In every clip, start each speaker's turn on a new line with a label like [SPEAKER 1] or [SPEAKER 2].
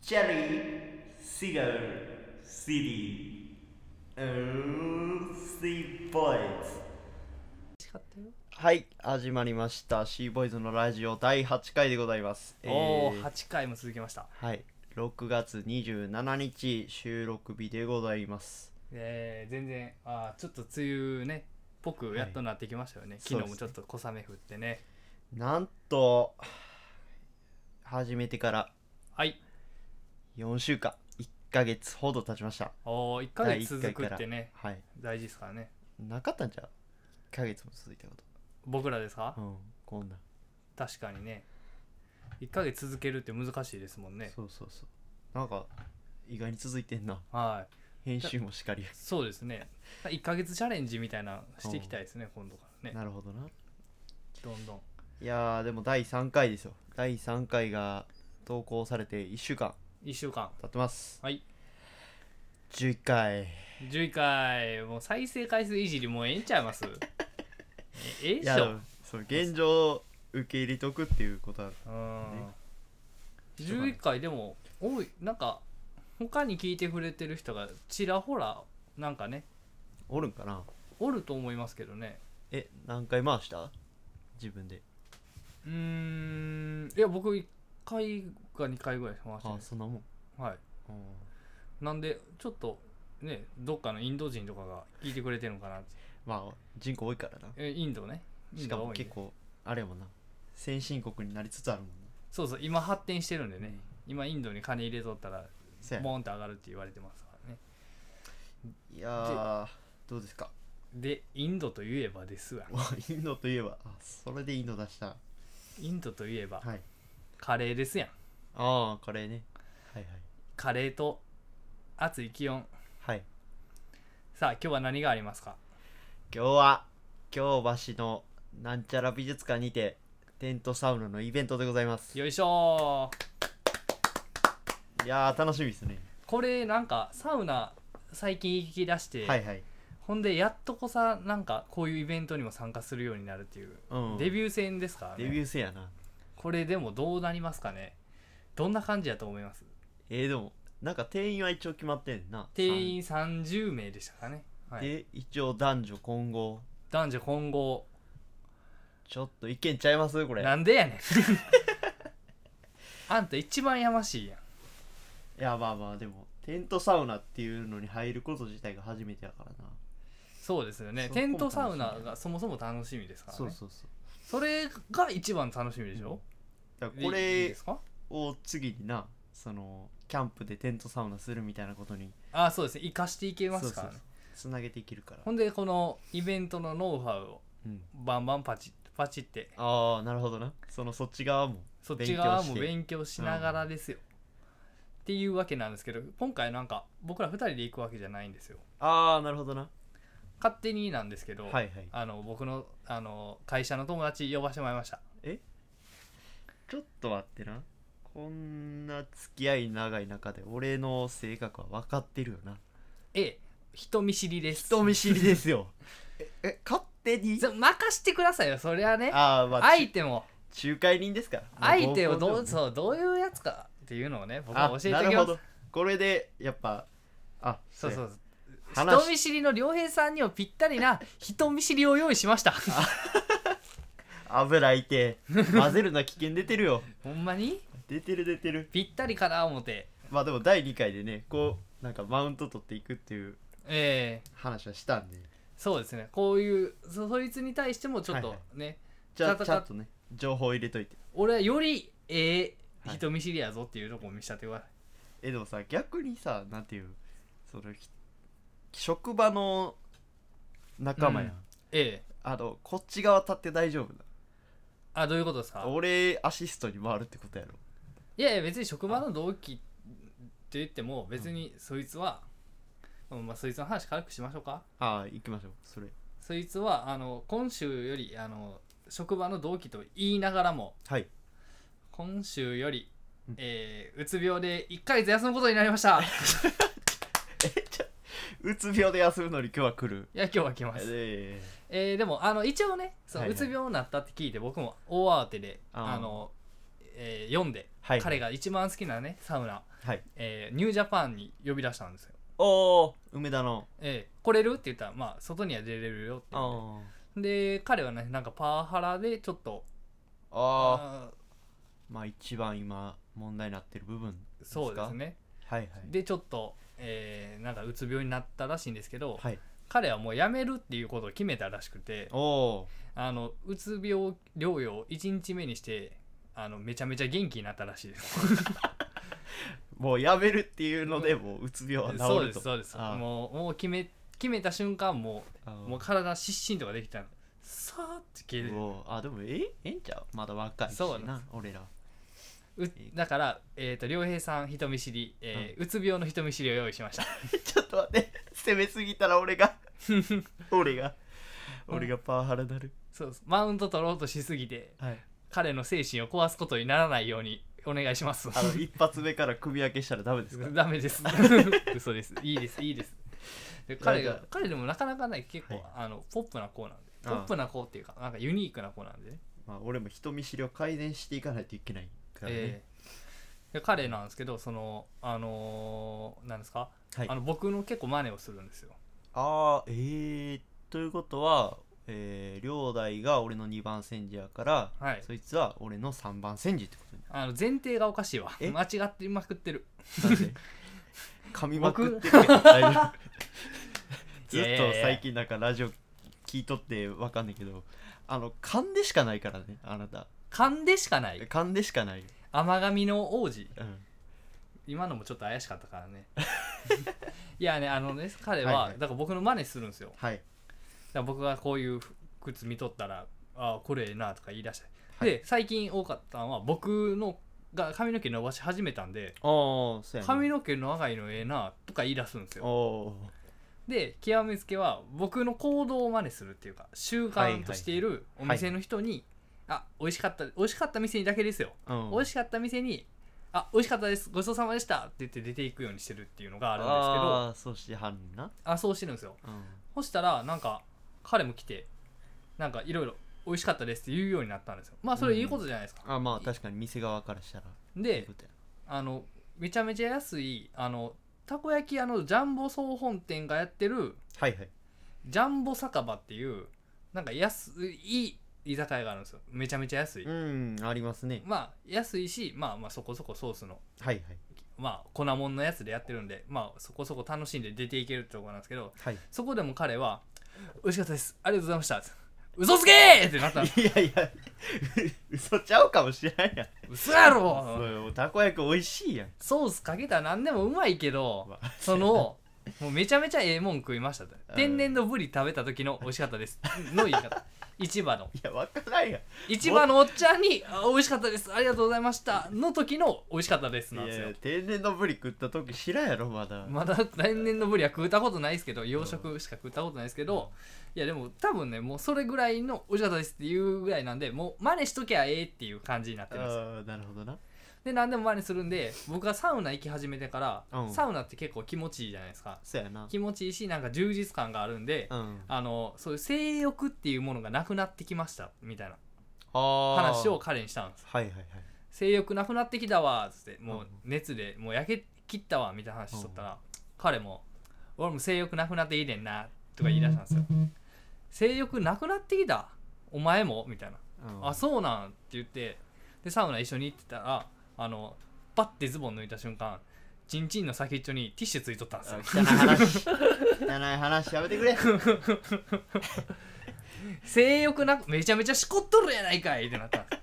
[SPEAKER 1] Cherry, Cigar, City, Sea Boys。
[SPEAKER 2] しかったよ
[SPEAKER 1] はい、始まりました。シーボーイズのラジオ第8回でございます。
[SPEAKER 2] おお
[SPEAKER 1] えー
[SPEAKER 2] 8回も続きました
[SPEAKER 1] はい、6月27日収録日でございます。
[SPEAKER 2] えー全然あーちょっと梅雨ねぽくやっとなってきましたよね、昨日もちょっと小雨降ってね
[SPEAKER 1] なんと、始めてから
[SPEAKER 2] はい
[SPEAKER 1] 4週間、1ヶ月ほど経ちました。
[SPEAKER 2] おお1ヶ月続くってね
[SPEAKER 1] はい。
[SPEAKER 2] 大事ですからね
[SPEAKER 1] なかったんじゃう ?1 ヶ月も続いたこ
[SPEAKER 2] 僕らですか、
[SPEAKER 1] と。うん、こんな。
[SPEAKER 2] 確かにね1ヶ月続けるって難しいですもんね
[SPEAKER 1] そうそうそう。なんか、意外に続いてんな。
[SPEAKER 2] はい
[SPEAKER 1] 編集もしかりや。
[SPEAKER 2] そうですね1ヶ月チャレンジみたいなのしていきたいですね今度からね
[SPEAKER 1] なるほどな。
[SPEAKER 2] どんどん
[SPEAKER 1] いやーでも第3回ですよ第3回が投稿されて1週間
[SPEAKER 2] 1週間
[SPEAKER 1] 経ってます
[SPEAKER 2] はい
[SPEAKER 1] 11回
[SPEAKER 2] 11回もう再生回数いじりもうええんちゃいますえええ
[SPEAKER 1] い
[SPEAKER 2] っし
[SPEAKER 1] や
[SPEAKER 2] ょ
[SPEAKER 1] その現状受け入れとくっていうことは
[SPEAKER 2] うん11回でも多いなんか他に聞いてくれてる人がちらほらなんかね
[SPEAKER 1] おるんかな
[SPEAKER 2] おると思いますけどね
[SPEAKER 1] え何回回した自分で
[SPEAKER 2] うーんいや僕1回か2回ぐらいしました
[SPEAKER 1] あ
[SPEAKER 2] ね
[SPEAKER 1] そんなもん
[SPEAKER 2] はいなんでちょっとねどっかのインド人とかが聞いてくれてるのかなって
[SPEAKER 1] まあ人口多いからな
[SPEAKER 2] えインドねイ
[SPEAKER 1] し
[SPEAKER 2] ン
[SPEAKER 1] か
[SPEAKER 2] ドが多い
[SPEAKER 1] も
[SPEAKER 2] んで
[SPEAKER 1] 結構あれやもんな先進国になりつつあるもんな
[SPEAKER 2] そうそう今発展してるんでね今インドに金入れとったら
[SPEAKER 1] せや
[SPEAKER 2] ボーンって上がるって言われてますからね
[SPEAKER 1] いやーどうですか
[SPEAKER 2] でインドといえばですわ
[SPEAKER 1] インドといえばあそれでインド出した
[SPEAKER 2] インドといえば
[SPEAKER 1] はい
[SPEAKER 2] カレーですやん
[SPEAKER 1] ああカレーねはいはい
[SPEAKER 2] カレーと熱い気温
[SPEAKER 1] はい
[SPEAKER 2] さあ今日は何がありますか
[SPEAKER 1] 今日は京橋のなんちゃら美術館にてテントサウナのイベントでございます
[SPEAKER 2] よいしょー
[SPEAKER 1] いやー楽しみですね
[SPEAKER 2] これなんかサウナ最近行き出して、
[SPEAKER 1] はいはい、
[SPEAKER 2] ほんでやっとこさなんかこういうイベントにも参加するようになるっていう、
[SPEAKER 1] うん、
[SPEAKER 2] デ
[SPEAKER 1] ュ
[SPEAKER 2] ビュー戦ですから、ね、
[SPEAKER 1] デビュー戦やな
[SPEAKER 2] これでもどうなりますかねどんな感じやと思います
[SPEAKER 1] えー、でもなんか定員は一応決まってんな
[SPEAKER 2] 定員30名でしたかね、
[SPEAKER 1] さん
[SPEAKER 2] はい、
[SPEAKER 1] で一応男女混合
[SPEAKER 2] 男女混合
[SPEAKER 1] ちょっと意見ちゃいますこれ
[SPEAKER 2] なんでやねん あんた一番やましいやん
[SPEAKER 1] いやまあまあでもテントサウナっていうのに入ること自体が初めてやからな、
[SPEAKER 2] そうですよね
[SPEAKER 1] そこも
[SPEAKER 2] テントサウ
[SPEAKER 1] 楽
[SPEAKER 2] ナ
[SPEAKER 1] しみ
[SPEAKER 2] がそもそも楽しみですからね
[SPEAKER 1] そうそうそう
[SPEAKER 2] それが一番楽しみでしょ、
[SPEAKER 1] だからこ
[SPEAKER 2] いいで
[SPEAKER 1] れ
[SPEAKER 2] すか
[SPEAKER 1] を次になそのキャンプでテントサウナするみたいなことに
[SPEAKER 2] あそうですね生かしていけますからね
[SPEAKER 1] そうそうつなげていけるから
[SPEAKER 2] ほんでこのイベントのノウハウを
[SPEAKER 1] うん
[SPEAKER 2] バンバンパチパチって
[SPEAKER 1] ああなるほどなそのそっち側も
[SPEAKER 2] そっち側も
[SPEAKER 1] 勉
[SPEAKER 2] 勉強しながらですよ、っていうわけなんですけど今回なんか僕ら2人で行くわけじゃないんですよ
[SPEAKER 1] ああなるほどな
[SPEAKER 2] 勝手になんですけど、
[SPEAKER 1] はいはい
[SPEAKER 2] あの僕のあの会社の友達呼ばしてもらいました
[SPEAKER 1] ちょっと待ってなこんな付き合い長い中で俺の性格は分かってるよな
[SPEAKER 2] A 人見知りです
[SPEAKER 1] 人見知りですよ ええ勝手 に
[SPEAKER 2] ぜ任してくださいよそりゃね
[SPEAKER 1] ああまあ
[SPEAKER 2] 相手も
[SPEAKER 1] ち仲介人ですからまあ
[SPEAKER 2] 相手を
[SPEAKER 1] 合コン
[SPEAKER 2] どう
[SPEAKER 1] でもね
[SPEAKER 2] そうどういうやつかっていうのをね僕
[SPEAKER 1] あ
[SPEAKER 2] は教えてあ
[SPEAKER 1] な
[SPEAKER 2] げ
[SPEAKER 1] る
[SPEAKER 2] ま
[SPEAKER 1] ほ
[SPEAKER 2] す
[SPEAKER 1] どこれでやっぱあ
[SPEAKER 2] そうそう
[SPEAKER 1] そうや話
[SPEAKER 2] 人見知りの良平さんにはぴったりな人見知りを用意しました
[SPEAKER 1] 油い て混ぜるな危険出てるよ
[SPEAKER 2] ほんまに
[SPEAKER 1] 出てる出てる
[SPEAKER 2] ぴったりかな思って
[SPEAKER 1] まあでも第2回でねこうなんかマウント取っていくっていう
[SPEAKER 2] ええ
[SPEAKER 1] 話はしたんで
[SPEAKER 2] そうですねこういうそそいつに対してもちょっと
[SPEAKER 1] は
[SPEAKER 2] ね
[SPEAKER 1] い、じゃあ
[SPEAKER 2] 戦っ
[SPEAKER 1] ちゃんとね情報入れといて
[SPEAKER 2] 俺はよりええ
[SPEAKER 1] はい
[SPEAKER 2] 人見知りやぞっていうとこを見せてください、
[SPEAKER 1] えでもさ逆にさなんていうそのひ職場の仲間やん、
[SPEAKER 2] うんええ
[SPEAKER 1] あのこっち側立って大丈夫
[SPEAKER 2] あどういうことですか
[SPEAKER 1] だ俺アシストに回るってことやろ
[SPEAKER 2] いやいや別に職場の同期って言っても別にそいつは、まあそいつの話軽くしましょうか
[SPEAKER 1] ああ行きましょうそれ
[SPEAKER 2] そいつはあの今週よりあの職場の同期と言いながらも
[SPEAKER 1] はい
[SPEAKER 2] 今週より
[SPEAKER 1] うん、
[SPEAKER 2] えーうつ病で1ヶ月休むことになりまし たい
[SPEAKER 1] えうつ病で休むのに今日は来る
[SPEAKER 2] や今日は来ます、
[SPEAKER 1] え
[SPEAKER 2] えーでもあの一応ねその
[SPEAKER 1] はいはいう
[SPEAKER 2] つ病になったって聞いて僕も大慌てで、
[SPEAKER 1] あー
[SPEAKER 2] あの、えー読んで
[SPEAKER 1] はい
[SPEAKER 2] 彼が一番好きなねサウナ、
[SPEAKER 1] はい
[SPEAKER 2] えーニュージャパンに呼び出したんですよ。
[SPEAKER 1] おお梅田の
[SPEAKER 2] えー来れるって言ったら、まあ、外には出れるよって言って
[SPEAKER 1] あ
[SPEAKER 2] で彼はねなんかパワハラでちょっと
[SPEAKER 1] ああ
[SPEAKER 2] あー
[SPEAKER 1] ーまあ一番今問題になってる部分ですか
[SPEAKER 2] そうですね
[SPEAKER 1] はいはい
[SPEAKER 2] でちょっと、えーなんかうつ病になったらしいんですけど、
[SPEAKER 1] はい
[SPEAKER 2] 彼はもう辞めるっていうことを決めたらしくて
[SPEAKER 1] おお
[SPEAKER 2] あのうつ病療養1日目にしてあのめちゃめちゃ元気になったらしいです
[SPEAKER 1] もうやめるっていうのでもううつ病は治ると
[SPEAKER 2] そうですそうです
[SPEAKER 1] あー
[SPEAKER 2] もうもう決め決めた瞬間も
[SPEAKER 1] あー
[SPEAKER 2] うもう体失神とかできたのさーって消える
[SPEAKER 1] うおーあでもええんちゃうまだ若いし
[SPEAKER 2] そうなん
[SPEAKER 1] な俺ら
[SPEAKER 2] うだから、えー、と良平さん人見知り、えーうつ病の人見知りを用意しました
[SPEAKER 1] ちょっと待って攻めすぎたら俺 が俺が俺がパワハラなる、
[SPEAKER 2] そうですマウント取ろうとしすぎて
[SPEAKER 1] はい、
[SPEAKER 2] 彼の精神を壊すことにならないようにお願いします
[SPEAKER 1] あの一発目から首分けしたらダメですか
[SPEAKER 2] ダメです 嘘ですいいですいいですで彼
[SPEAKER 1] なん
[SPEAKER 2] が
[SPEAKER 1] か
[SPEAKER 2] 彼でもなかなかない結構、
[SPEAKER 1] はい
[SPEAKER 2] あのポップな子なんで
[SPEAKER 1] あ
[SPEAKER 2] ポ
[SPEAKER 1] あ
[SPEAKER 2] ップな子っていうかなんかユニークな子なんでね
[SPEAKER 1] まあ俺も人見知りを改善していかないといけないからね、
[SPEAKER 2] ええで彼なんですけどそのあのーなんですか、
[SPEAKER 1] はい
[SPEAKER 2] あの僕の結構真似をするんですよ
[SPEAKER 1] ああえー、ということはえー、両大が俺の2番煎じやから、
[SPEAKER 2] はい
[SPEAKER 1] そいつは俺の3番煎じってことに
[SPEAKER 2] あの前提がおかしいわ
[SPEAKER 1] え
[SPEAKER 2] 間違ってまくってる
[SPEAKER 1] なんで 噛みまくって るやんだいぶずっと最近なんかラジオ聞いとってわかんないけどあの噛んでしかないからねあなた
[SPEAKER 2] 噛んでしかない
[SPEAKER 1] 噛んでしかない、
[SPEAKER 2] 甘神の王子
[SPEAKER 1] うん、
[SPEAKER 2] 今のもちょっと怪しかったから ねいやねあのね彼は、
[SPEAKER 1] はいはい
[SPEAKER 2] だから僕の真似するんですよだか
[SPEAKER 1] はい
[SPEAKER 2] ら僕がこういう靴見とったら「あこれええな」とか言い出したり、
[SPEAKER 1] はい
[SPEAKER 2] で最近多かったのは僕のが髪の毛伸ばし始めたんで
[SPEAKER 1] おおそうやね
[SPEAKER 2] 髪の毛長いのええなとか言い出すんですよ
[SPEAKER 1] お
[SPEAKER 2] で極めつけは僕の行動を真似するっていうか習慣としているお店の人に「あ美味しかった美味しかった店にだけですよ、
[SPEAKER 1] お、うん、
[SPEAKER 2] 美味しかった店に「あ美味しかったですごちそうさまでした」って言って出ていくようにしてるっていうのがあるんですけど
[SPEAKER 1] あーそうしてはんな、
[SPEAKER 2] あそうしてるんですよ
[SPEAKER 1] うん、
[SPEAKER 2] そしたらなんか彼も来てなんかいろいろ美味しかったですって言うようになったんですよまあそれいいことじゃないですか、
[SPEAKER 1] あまあ確かに店側からしたらいい
[SPEAKER 2] で
[SPEAKER 1] ことや
[SPEAKER 2] あのめちゃめちゃ安いあのたこ焼き屋のジャンボ総本店がやってる
[SPEAKER 1] はいはい
[SPEAKER 2] ジャンボ酒場っていうなんか安い居酒屋があるんですよめちゃめちゃ安い、
[SPEAKER 1] うんありますね
[SPEAKER 2] まあ安いしまあまあそこそこソースの
[SPEAKER 1] はいはい
[SPEAKER 2] まあ粉もんのやつでやってるんでまあそこそこ楽しんで出ていけるってところなんですけど
[SPEAKER 1] はい
[SPEAKER 2] そこでも彼は「美味しかったですありがとうございました」嘘つけーってなったんです
[SPEAKER 1] いやいや嘘ちゃうかもしれないやん
[SPEAKER 2] 嘘や
[SPEAKER 1] そ
[SPEAKER 2] ろ
[SPEAKER 1] うよたこ焼き美味しいやん
[SPEAKER 2] ソースかけたら何でもうまいけど
[SPEAKER 1] まあ
[SPEAKER 2] そのもうめちゃめちゃええもん食いましたと
[SPEAKER 1] うん
[SPEAKER 2] 天然のブリ食べた時の美味しかっ たですの言い方市場の
[SPEAKER 1] いやわからないやん
[SPEAKER 2] 市場のおっちゃんにあ美味しかったですありがとうございましたの時の美味しかったですなん
[SPEAKER 1] い
[SPEAKER 2] です
[SPEAKER 1] や
[SPEAKER 2] よ
[SPEAKER 1] 天然のブリ食った時知らんやろまだ、
[SPEAKER 2] まだ天然のブリは食ったことないですけど養殖しか食ったことないですけどいやでも多分ねもうそれぐらいの美味しかったですっていうぐらいなんでもう真似しときゃええっていう感じになって
[SPEAKER 1] あ
[SPEAKER 2] るんですよ
[SPEAKER 1] ーなるほどな
[SPEAKER 2] で何でも真似するんで僕がサウナ行き始めてから、
[SPEAKER 1] うん
[SPEAKER 2] サウナって結構気持ちいいじゃないですか
[SPEAKER 1] そうやな
[SPEAKER 2] 気持ちいいしなんか充実感があるんで、
[SPEAKER 1] うん
[SPEAKER 2] あのそういう性欲っていうものがなくなってきましたみたいな話
[SPEAKER 1] 話
[SPEAKER 2] を彼にしたんです
[SPEAKER 1] はいはいはい
[SPEAKER 2] 性欲なくなってきたわっつっても
[SPEAKER 1] う
[SPEAKER 2] うん熱でもう焼け切ったわみたいな話しとったら、彼も「俺も性欲なくなっていいねんな」とか言い出したんですよ「性欲なくなってきたお前も?」みたいな
[SPEAKER 1] うん
[SPEAKER 2] あそうなんって言ってでサウナ一緒に行ってたらあのパッてズボン抜いた瞬間チンチンの先っちょにティッシュついとったんです
[SPEAKER 1] あ
[SPEAKER 2] よ
[SPEAKER 1] 汚い話汚い話やめてくれ
[SPEAKER 2] 性欲なくめちゃめちゃしこっとるやないかいって なったんです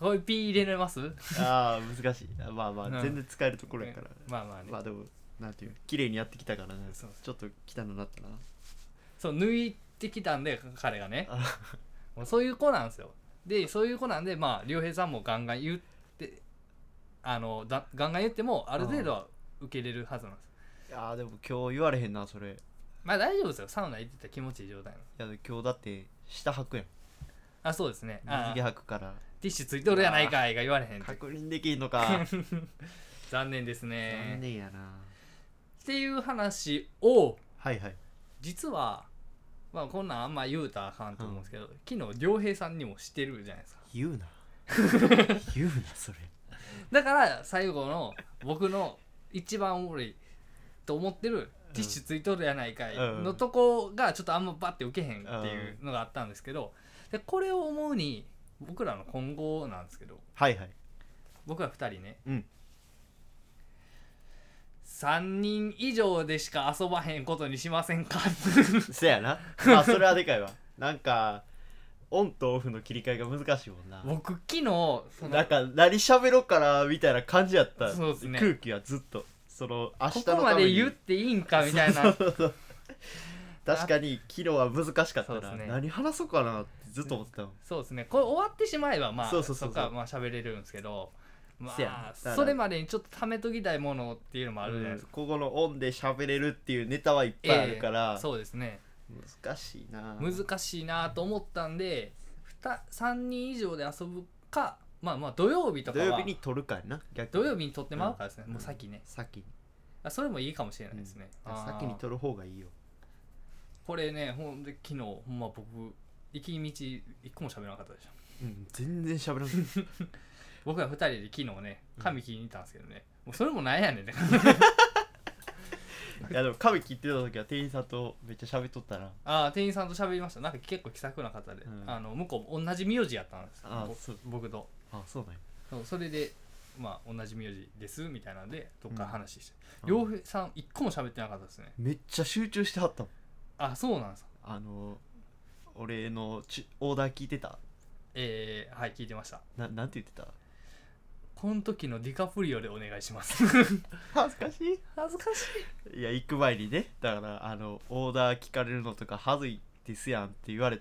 [SPEAKER 2] これピー入れれます
[SPEAKER 1] ああ難しいあまあま
[SPEAKER 2] うん
[SPEAKER 1] あ全然使えるところやから、
[SPEAKER 2] まあまあね、
[SPEAKER 1] まあでもなんていう綺麗にやってきたからね
[SPEAKER 2] そう
[SPEAKER 1] ちょっと汚くなったな
[SPEAKER 2] そう抜いてきたんで彼がね
[SPEAKER 1] あ
[SPEAKER 2] もうそういう子なんですよでそういう子なんでまあ良平さんもガンガン言ってあのだガンガン言ってもある程度は受け入れるはずなんです
[SPEAKER 1] いやーでも今日言われへんなそれい
[SPEAKER 2] まあ大丈夫ですよサウナ行ってたら気持ちいい状態なの
[SPEAKER 1] や今日だって下履くやん
[SPEAKER 2] あそうですねあ
[SPEAKER 1] 水着履くから
[SPEAKER 2] ティッシュついとるやないかいが言われへんって
[SPEAKER 1] 確認できんの か
[SPEAKER 2] 残念です
[SPEAKER 1] 残
[SPEAKER 2] ね
[SPEAKER 1] 念やな
[SPEAKER 2] っていう話を
[SPEAKER 1] はいはい
[SPEAKER 2] 実は、まあ、こんなんあんま言うたらあかんと思うん ですけど、昨日良平さんにもしてるじゃないですか
[SPEAKER 1] 言うな言うなそれ
[SPEAKER 2] だから最後の僕の一番おもろいと思ってるティッシュついとるやないかいのとこがちょっとあんまバッて受けへんっていうのがあったんですけどでこれを思うに僕らの今後なんですけど
[SPEAKER 1] はいはい
[SPEAKER 2] 僕ら2人ね、
[SPEAKER 1] うん
[SPEAKER 2] 3人以上でしか遊ばへんことにしません か
[SPEAKER 1] せや なまあそれはでかいわなんかオンとオフの切り替えが難しいもんな
[SPEAKER 2] 僕昨日そ
[SPEAKER 1] なん
[SPEAKER 2] の
[SPEAKER 1] か何喋ろうかなみたいな感じやった
[SPEAKER 2] そうですね
[SPEAKER 1] 空気はずっとその明日
[SPEAKER 2] こ
[SPEAKER 1] のため
[SPEAKER 2] こ
[SPEAKER 1] に
[SPEAKER 2] まで言っていいんかみたいな
[SPEAKER 1] そうそう 確かに昨日は難しかった
[SPEAKER 2] そうで
[SPEAKER 1] な、
[SPEAKER 2] すね
[SPEAKER 1] 何話そうかなってずっと思ってたもん
[SPEAKER 2] そうですねこれ終わってしまえばまあ
[SPEAKER 1] そうそうそうそう
[SPEAKER 2] っかまあ喋れるんですけどま
[SPEAKER 1] せやな
[SPEAKER 2] あ
[SPEAKER 1] だから
[SPEAKER 2] それまでにちょっと貯めときたいものっていうのもあるじゃないですか、
[SPEAKER 1] ここのオンで喋れるっていうネタはいっぱいあるから、
[SPEAKER 2] ええそうですね
[SPEAKER 1] 難しいな
[SPEAKER 2] 難しいなと思ったんで3人以上で遊ぶかまあまあ土曜日とか
[SPEAKER 1] 土
[SPEAKER 2] は
[SPEAKER 1] 曜日に撮るからな逆
[SPEAKER 2] 土
[SPEAKER 1] に
[SPEAKER 2] 曜日に撮ってまうからですね、もう先ね
[SPEAKER 1] 先に
[SPEAKER 2] あそれもいいかもしれないですね、あー
[SPEAKER 1] 先に撮る方がいいよ
[SPEAKER 2] これねほんで昨日ほんま僕行き道一個も喋らなかったでしょ
[SPEAKER 1] うん全然喋らない
[SPEAKER 2] 僕ら2人で昨日ね髪切りに行ったんですけどね、もうそれもなんや ねんって
[SPEAKER 1] いやでも髪切ってた時は店員さんとめっちゃ喋っとったな
[SPEAKER 2] ああ店員さんと喋りましたなんか結構気さくな方で、
[SPEAKER 1] うん
[SPEAKER 2] あの向こう同じ名字やったんです
[SPEAKER 1] あー
[SPEAKER 2] ぼ
[SPEAKER 1] そう
[SPEAKER 2] 僕と
[SPEAKER 1] あそうなんや
[SPEAKER 2] そうそれでまあ同じ名字ですみたいなんでどっか話して、
[SPEAKER 1] うん
[SPEAKER 2] 洋平さん一個も喋ってなかったですね
[SPEAKER 1] めっちゃ集中してはったもん
[SPEAKER 2] あそうなんですか
[SPEAKER 1] あの俺のちオーダー聞いてた
[SPEAKER 2] えー、はい聞いてました
[SPEAKER 1] ななんて言ってた
[SPEAKER 2] この時のディカプリオでお願いします
[SPEAKER 1] 恥ずかしい
[SPEAKER 2] 恥ずかしい
[SPEAKER 1] いや行く前にねだからあのオーダー聞かれるのとか恥ずいですやんって言われ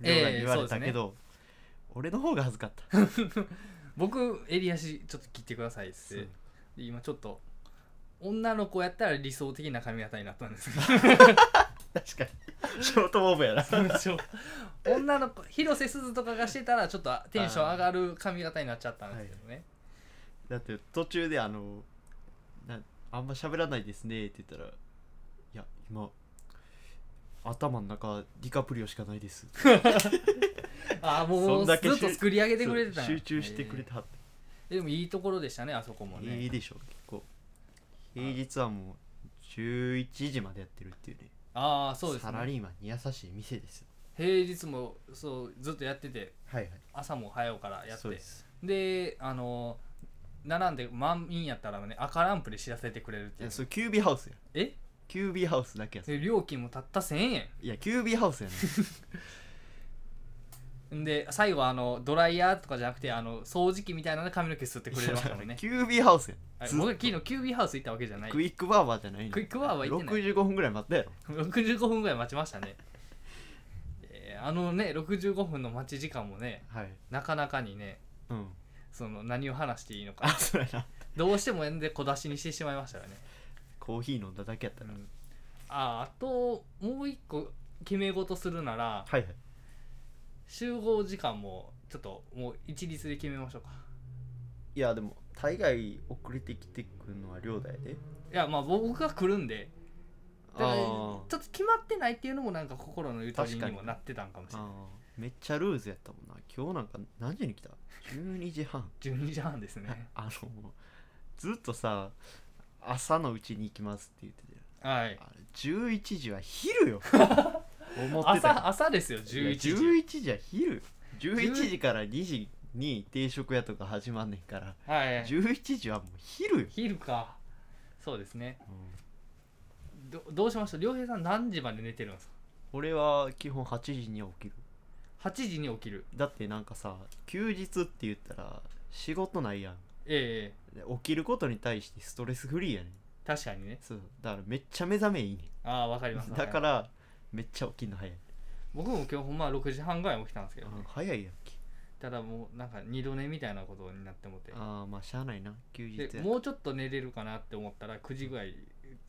[SPEAKER 2] ええ
[SPEAKER 1] 亮太に言わ
[SPEAKER 2] そう
[SPEAKER 1] れ
[SPEAKER 2] です
[SPEAKER 1] た
[SPEAKER 2] ね
[SPEAKER 1] けど、俺の方が恥ずかった
[SPEAKER 2] 僕襟足ちょっと切ってくださいっつってで今ちょっと女の子やったら理想的な髪型になった んですけ
[SPEAKER 1] 確か にショートモブやな
[SPEAKER 2] どそう女の子広瀬すずとかがしてたらちょっとテンション上がる髪型になっちゃったんですけどね、
[SPEAKER 1] だって途中であのなあんま喋らないですねって言ったらいや今頭の中ディカプリオしかないです
[SPEAKER 2] ああも
[SPEAKER 1] そ
[SPEAKER 2] うんず
[SPEAKER 1] だ
[SPEAKER 2] っ
[SPEAKER 1] け
[SPEAKER 2] と作り上げてくれてたんや
[SPEAKER 1] 集中してくれてはった
[SPEAKER 2] えーでもいいところでしたねあそこもね、
[SPEAKER 1] いいでしょ結構平日はもう11時までやってるっていうね
[SPEAKER 2] ああそうです
[SPEAKER 1] サラ
[SPEAKER 2] ね
[SPEAKER 1] リーマンに優しい店ですよ
[SPEAKER 2] 平日もそうずっとやってて
[SPEAKER 1] はいはい
[SPEAKER 2] 朝も早うからやって
[SPEAKER 1] そうで
[SPEAKER 2] ですあの並んで満員やったらね赤ランプで知らせてくれるって
[SPEAKER 1] い
[SPEAKER 2] い
[SPEAKER 1] や
[SPEAKER 2] う
[SPEAKER 1] それキュービーハウスや
[SPEAKER 2] え
[SPEAKER 1] キュービーハウスだけや
[SPEAKER 2] で料金もたった1000円
[SPEAKER 1] いやキュービーハウスやね
[SPEAKER 2] で最後あのドライヤーとかじゃなくてあの掃除機みたいなので髪の毛吸ってくれるわけだもん ね
[SPEAKER 1] キュービーハウスや
[SPEAKER 2] はい
[SPEAKER 1] ずっ
[SPEAKER 2] 僕
[SPEAKER 1] と
[SPEAKER 2] は昨日キュービーハウス行ったわけじゃない
[SPEAKER 1] クイックバーバーじゃないの
[SPEAKER 2] クイックバーバー行ってない
[SPEAKER 1] 65分ぐらい待ったやろ
[SPEAKER 2] 65分ぐらい待ちましたね、 えーあのね65分の待ち時間もね
[SPEAKER 1] はい
[SPEAKER 2] なかなかにね
[SPEAKER 1] うん
[SPEAKER 2] その何を話していいの
[SPEAKER 1] あ
[SPEAKER 2] か
[SPEAKER 1] そうやな
[SPEAKER 2] どうしてもんで小出しにしてしまいましたよね、
[SPEAKER 1] コーヒー飲んだだけやった
[SPEAKER 2] う
[SPEAKER 1] ら、
[SPEAKER 2] ん、ああともう一個決め事するなら
[SPEAKER 1] はいはい
[SPEAKER 2] 集合時間もちょっともう一律で決めましょうか
[SPEAKER 1] いやでも大概遅れてきてくるのは両だやで
[SPEAKER 2] いやまあ僕が来るんでだからちょ
[SPEAKER 1] あ
[SPEAKER 2] っと決まってないっていうのもなんか心のゆとりにもなってたんかもし
[SPEAKER 1] あ
[SPEAKER 2] れない
[SPEAKER 1] めっちゃルーズやったもんな今日なんか何時に来た12時半
[SPEAKER 2] 12時半です ね
[SPEAKER 1] あのずっとさ朝のうちに行きますって言ってた
[SPEAKER 2] はい
[SPEAKER 1] よあれ11時は昼 よ思ってた
[SPEAKER 2] 朝朝ですよ
[SPEAKER 1] いや
[SPEAKER 2] 11時
[SPEAKER 1] 11時は昼よ11時から2時に定食屋とか始まんねんから
[SPEAKER 2] はい
[SPEAKER 1] 11時はもう昼よ、
[SPEAKER 2] 昼かそうですね
[SPEAKER 1] うん
[SPEAKER 2] どどうしました良平さん何時まで寝てるんです
[SPEAKER 1] 俺は基本8時には起きる
[SPEAKER 2] か8時に起きる
[SPEAKER 1] だってなんかさ休日って言ったら仕事ないやん
[SPEAKER 2] え
[SPEAKER 1] で起きることに対してストレスフリーやねん
[SPEAKER 2] え確かにね
[SPEAKER 1] そうだからめっちゃ目覚めいいね
[SPEAKER 2] ああわかります
[SPEAKER 1] んだか
[SPEAKER 2] はい
[SPEAKER 1] らめっちゃ起きんの早い、
[SPEAKER 2] 僕も今日ほんま6時半ぐらいに起きたんですけど、
[SPEAKER 1] うん早いやんけ
[SPEAKER 2] ただもうなんか二度寝みたいなことになってもって
[SPEAKER 1] ああまあしゃあないな休日や
[SPEAKER 2] でもうちょっと寝れるかなって思ったら9時ぐらい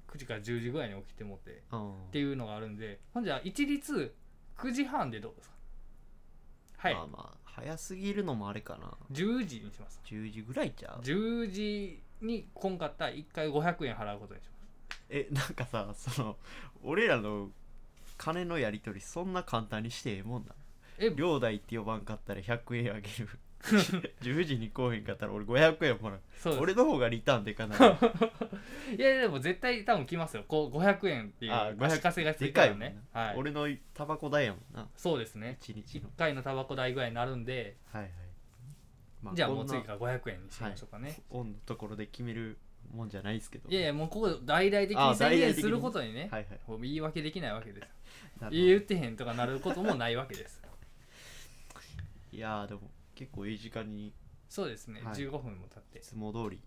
[SPEAKER 2] 9時から10時ぐらいに起きてもってっ
[SPEAKER 1] うん
[SPEAKER 2] ていうのがあるんでほんじゃ一律9時半でどうですかはい、
[SPEAKER 1] まあまあ早すぎるのもあれかな
[SPEAKER 2] 10時にします
[SPEAKER 1] 10時ぐらいちゃう
[SPEAKER 2] 10時に来んかったら1回500円払うことにします
[SPEAKER 1] えなんかさその俺らの金のやり取りそんな簡単にしてええもんな
[SPEAKER 2] え
[SPEAKER 1] 両代って呼ばんかったら100円あげる10時に来おへんかったら俺500円もらう
[SPEAKER 2] そうです
[SPEAKER 1] 俺の方がリターンでかない
[SPEAKER 2] いやいやでも絶対多分来ますよこう500円っていう
[SPEAKER 1] あ500
[SPEAKER 2] 足かせがつ
[SPEAKER 1] で
[SPEAKER 2] いた
[SPEAKER 1] かい
[SPEAKER 2] ら
[SPEAKER 1] もん
[SPEAKER 2] ね
[SPEAKER 1] ね、
[SPEAKER 2] はい、
[SPEAKER 1] 俺のタバコ代やもんな
[SPEAKER 2] そうですね
[SPEAKER 1] 1日
[SPEAKER 2] 1
[SPEAKER 1] の
[SPEAKER 2] 回のタバコ代ぐらいになるんで、
[SPEAKER 1] はいはい、ま
[SPEAKER 2] じゃあも
[SPEAKER 1] こ
[SPEAKER 2] うん
[SPEAKER 1] な
[SPEAKER 2] 次から500円にしましょうかね、
[SPEAKER 1] オンのところで決めるもんじゃないですけど
[SPEAKER 2] い、やいやもうここで大々的に
[SPEAKER 1] あ
[SPEAKER 2] 宣
[SPEAKER 1] 大
[SPEAKER 2] 言
[SPEAKER 1] 々
[SPEAKER 2] す
[SPEAKER 1] 的に
[SPEAKER 2] ることにね、
[SPEAKER 1] はいはい
[SPEAKER 2] もう言い訳できないわけです
[SPEAKER 1] なるほど
[SPEAKER 2] 言ってへんとかなることもないわけです
[SPEAKER 1] いやーでも結構いい時間にい
[SPEAKER 2] そうですね、
[SPEAKER 1] はい
[SPEAKER 2] 15分も経って
[SPEAKER 1] つも通り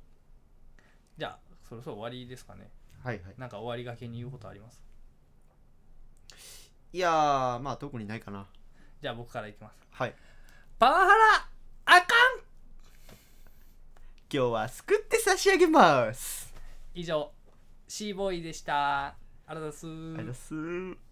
[SPEAKER 2] じゃあそろそろ終わりですかね
[SPEAKER 1] はいはい
[SPEAKER 2] なんか終わりがけに言うことあります
[SPEAKER 1] いやーまあ特にないかな
[SPEAKER 2] じゃあ僕からいきます
[SPEAKER 1] はい
[SPEAKER 2] パワハラあかん
[SPEAKER 1] 今日はすくって差し上げます
[SPEAKER 2] 以上シーボーイでしたありがとうござ
[SPEAKER 1] あ
[SPEAKER 2] います
[SPEAKER 1] りがとうございます